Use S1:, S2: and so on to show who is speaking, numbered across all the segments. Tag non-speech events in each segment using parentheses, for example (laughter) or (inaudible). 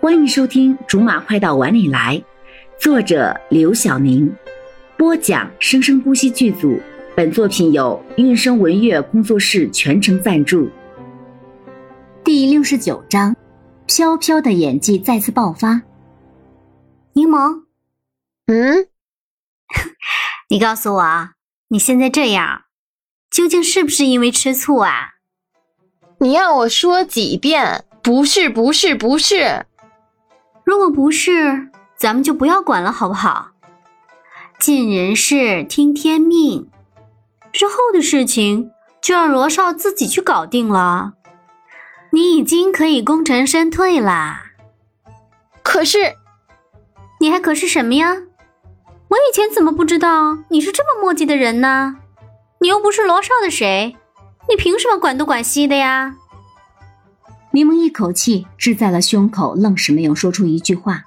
S1: 欢迎收听《竹马快到碗里来》，作者刘晓宁，播讲生生不息剧组。本作品由韵声文乐工作室全程赞助。
S2: 第六十九章，飘飘的演技再次爆发。柠檬，
S3: 嗯，
S2: 你告诉我啊，你现在这样，究竟是不是因为吃醋啊？
S3: 你要我说几遍？不是，不是，不是。
S2: 如果不是，咱们就不要管了，好不好？尽人事，听天命。之后的事情就让罗少自己去搞定了。你已经可以功成身退啦。
S3: 可是，
S2: 你还可是什么呀？我以前怎么不知道你是这么磨叽的人呢？你又不是罗少的谁，你凭什么管东管西的呀？
S1: 柠檬一口气滞在了胸口，愣是没有说出一句话。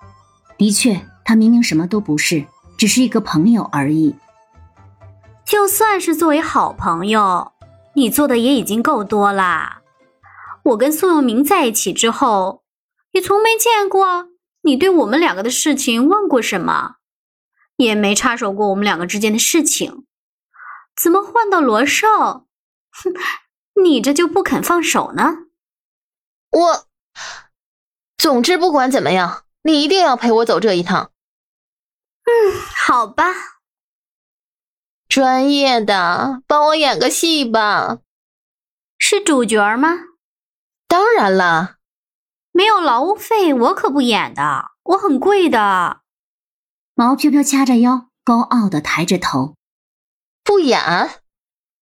S1: 的确，他明明什么都不是，只是一个朋友而已。
S2: 就算是作为好朋友，你做的也已经够多啦。我跟宋佑明在一起之后，也从没见过你对我们两个的事情问过什么，也没插手过我们两个之间的事情。怎么换到罗少，哼，你这就不肯放手呢？
S3: 我，总之不管怎么样，你一定要陪我走这一趟。
S2: 嗯，好吧。
S3: 专业的，帮我演个戏吧。
S2: 是主角吗？
S3: 当然啦，
S2: 没有劳务费，我可不演的，我很贵的。
S1: 毛飘飘掐着腰，高傲的抬着头。
S3: 不演，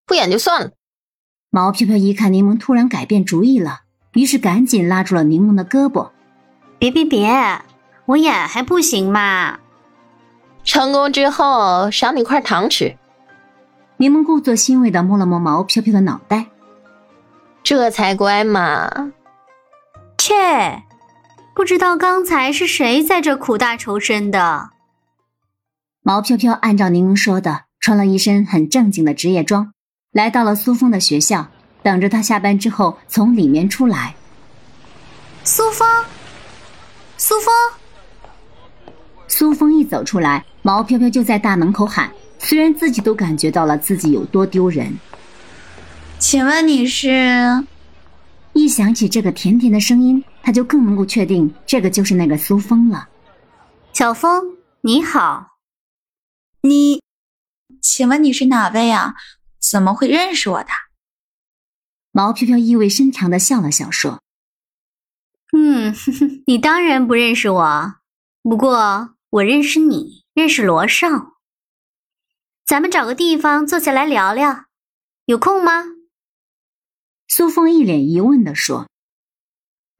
S3: 不演就算了。
S1: 毛飘飘一看柠檬突然改变主意了，于是赶紧拉住了柠檬的胳膊：“
S2: 别别别，我演还不行吗？
S3: 成功之后赏你块糖吃。”
S1: 柠檬故作欣慰的摸了摸毛飘飘的脑袋，
S3: 这才乖嘛！
S2: 切，不知道刚才是谁在这苦大仇深的。
S1: 毛飘飘按照柠檬说的，穿了一身很正经的职业装，来到了苏峰的学校，等着他下班之后从里面出来。
S2: 苏峰，苏峰，
S1: 苏峰一走出来，毛飘飘就在大门口喊。虽然自己都感觉到了自己有多丢人，
S4: 请问你是？
S1: 一想起这个甜甜的声音，他就更能够确定这个就是那个苏峰了。
S2: 小峰，你好，
S4: 你，请问你是哪位啊？怎么会认识我的？
S1: 毛飘飘意味深长的笑了笑，说：“
S2: 嗯 (laughs) 呵呵，你当然不认识我，不过我认识你，认识罗少。”咱们找个地方坐下来聊聊，有空吗？
S1: 苏峰一脸疑问地说：“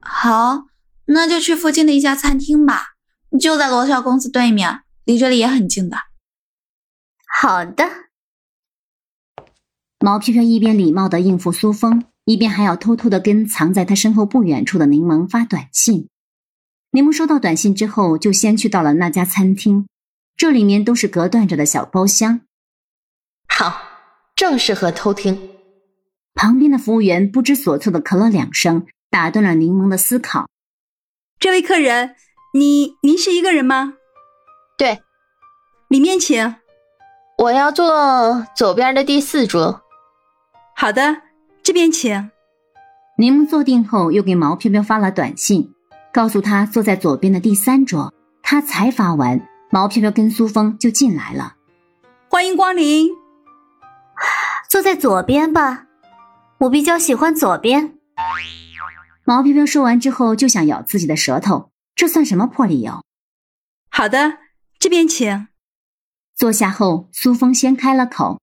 S4: 好，那就去附近的一家餐厅吧，就在罗少公司对面，离这里也很近的。”
S2: 好的。
S1: 毛飘飘一边礼貌地应付苏峰，一边还要偷偷地跟藏在他身后不远处的柠檬发短信。柠檬收到短信之后，就先去到了那家餐厅，这里面都是隔断着的小包厢。
S3: 好，正适合偷听。
S1: 旁边的服务员不知所措的咳了两声，打断了柠檬的思考。
S5: 这位客人，你您是一个人吗？
S3: 对，
S5: 里面请。
S3: 我要坐左边的第四桌。
S5: 好的，这边请。
S1: 柠檬坐定后，又给毛飘飘发了短信，告诉他坐在左边的第三桌。他才发完，毛飘飘跟苏峰就进来了。
S5: 欢迎光临。
S2: 坐在左边吧，我比较喜欢左边。
S1: 毛飘飘说完之后就想咬自己的舌头，这算什么破理由？
S5: 好的，这边请。
S1: 坐下后，苏峰先开了口：“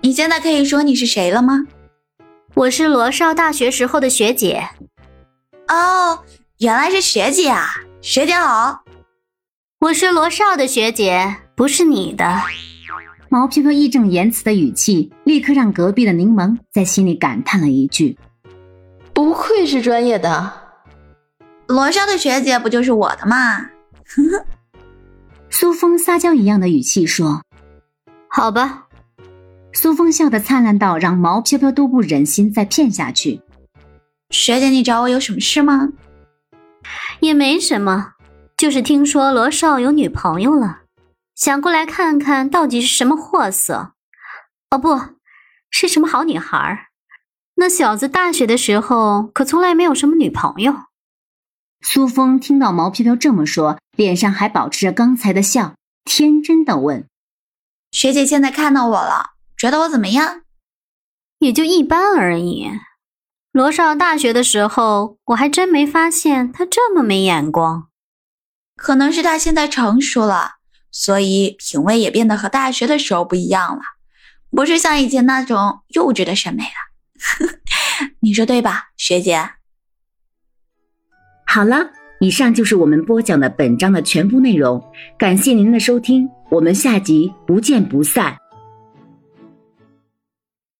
S4: 你现在可以说你是谁了吗？”“
S2: 我是罗少大学时候的学姐。”“
S4: 哦，原来是学姐啊，学姐好。”“
S2: 我是罗少的学姐，不是你的。”
S1: 毛飘飘义正言辞的语气，立刻让隔壁的柠檬在心里感叹了一句：“
S3: 不愧是专业的，
S4: 罗少的学姐不就是我的吗？”
S1: 苏峰撒娇一样的语气说：“
S2: 好吧。”
S1: 苏峰笑得灿烂到让毛飘飘都不忍心再骗下去。
S4: “学姐，你找我有什么事吗？”
S2: 也没什么，就是听说罗少有女朋友了，想过来看看到底是什么货色。哦不，是什么好女孩儿。那小子大学的时候可从来没有什么女朋友。
S1: 苏峰听到毛飘飘这么说，脸上还保持着刚才的笑，天真的问
S4: 学姐现在看到我了，觉得我怎么样？
S2: 也就一般而已。罗少大学的时候，我还真没发现他这么没眼光。
S4: 可能是他现在成熟了，所以品味也变得和大学的时候不一样了，不是像以前那种幼稚的审美了。 (laughs) 你说对吧，学姐？：“
S6: 好了，以上就是我们播讲的本章的全部内容，感谢您的收听，我们下集不见不散。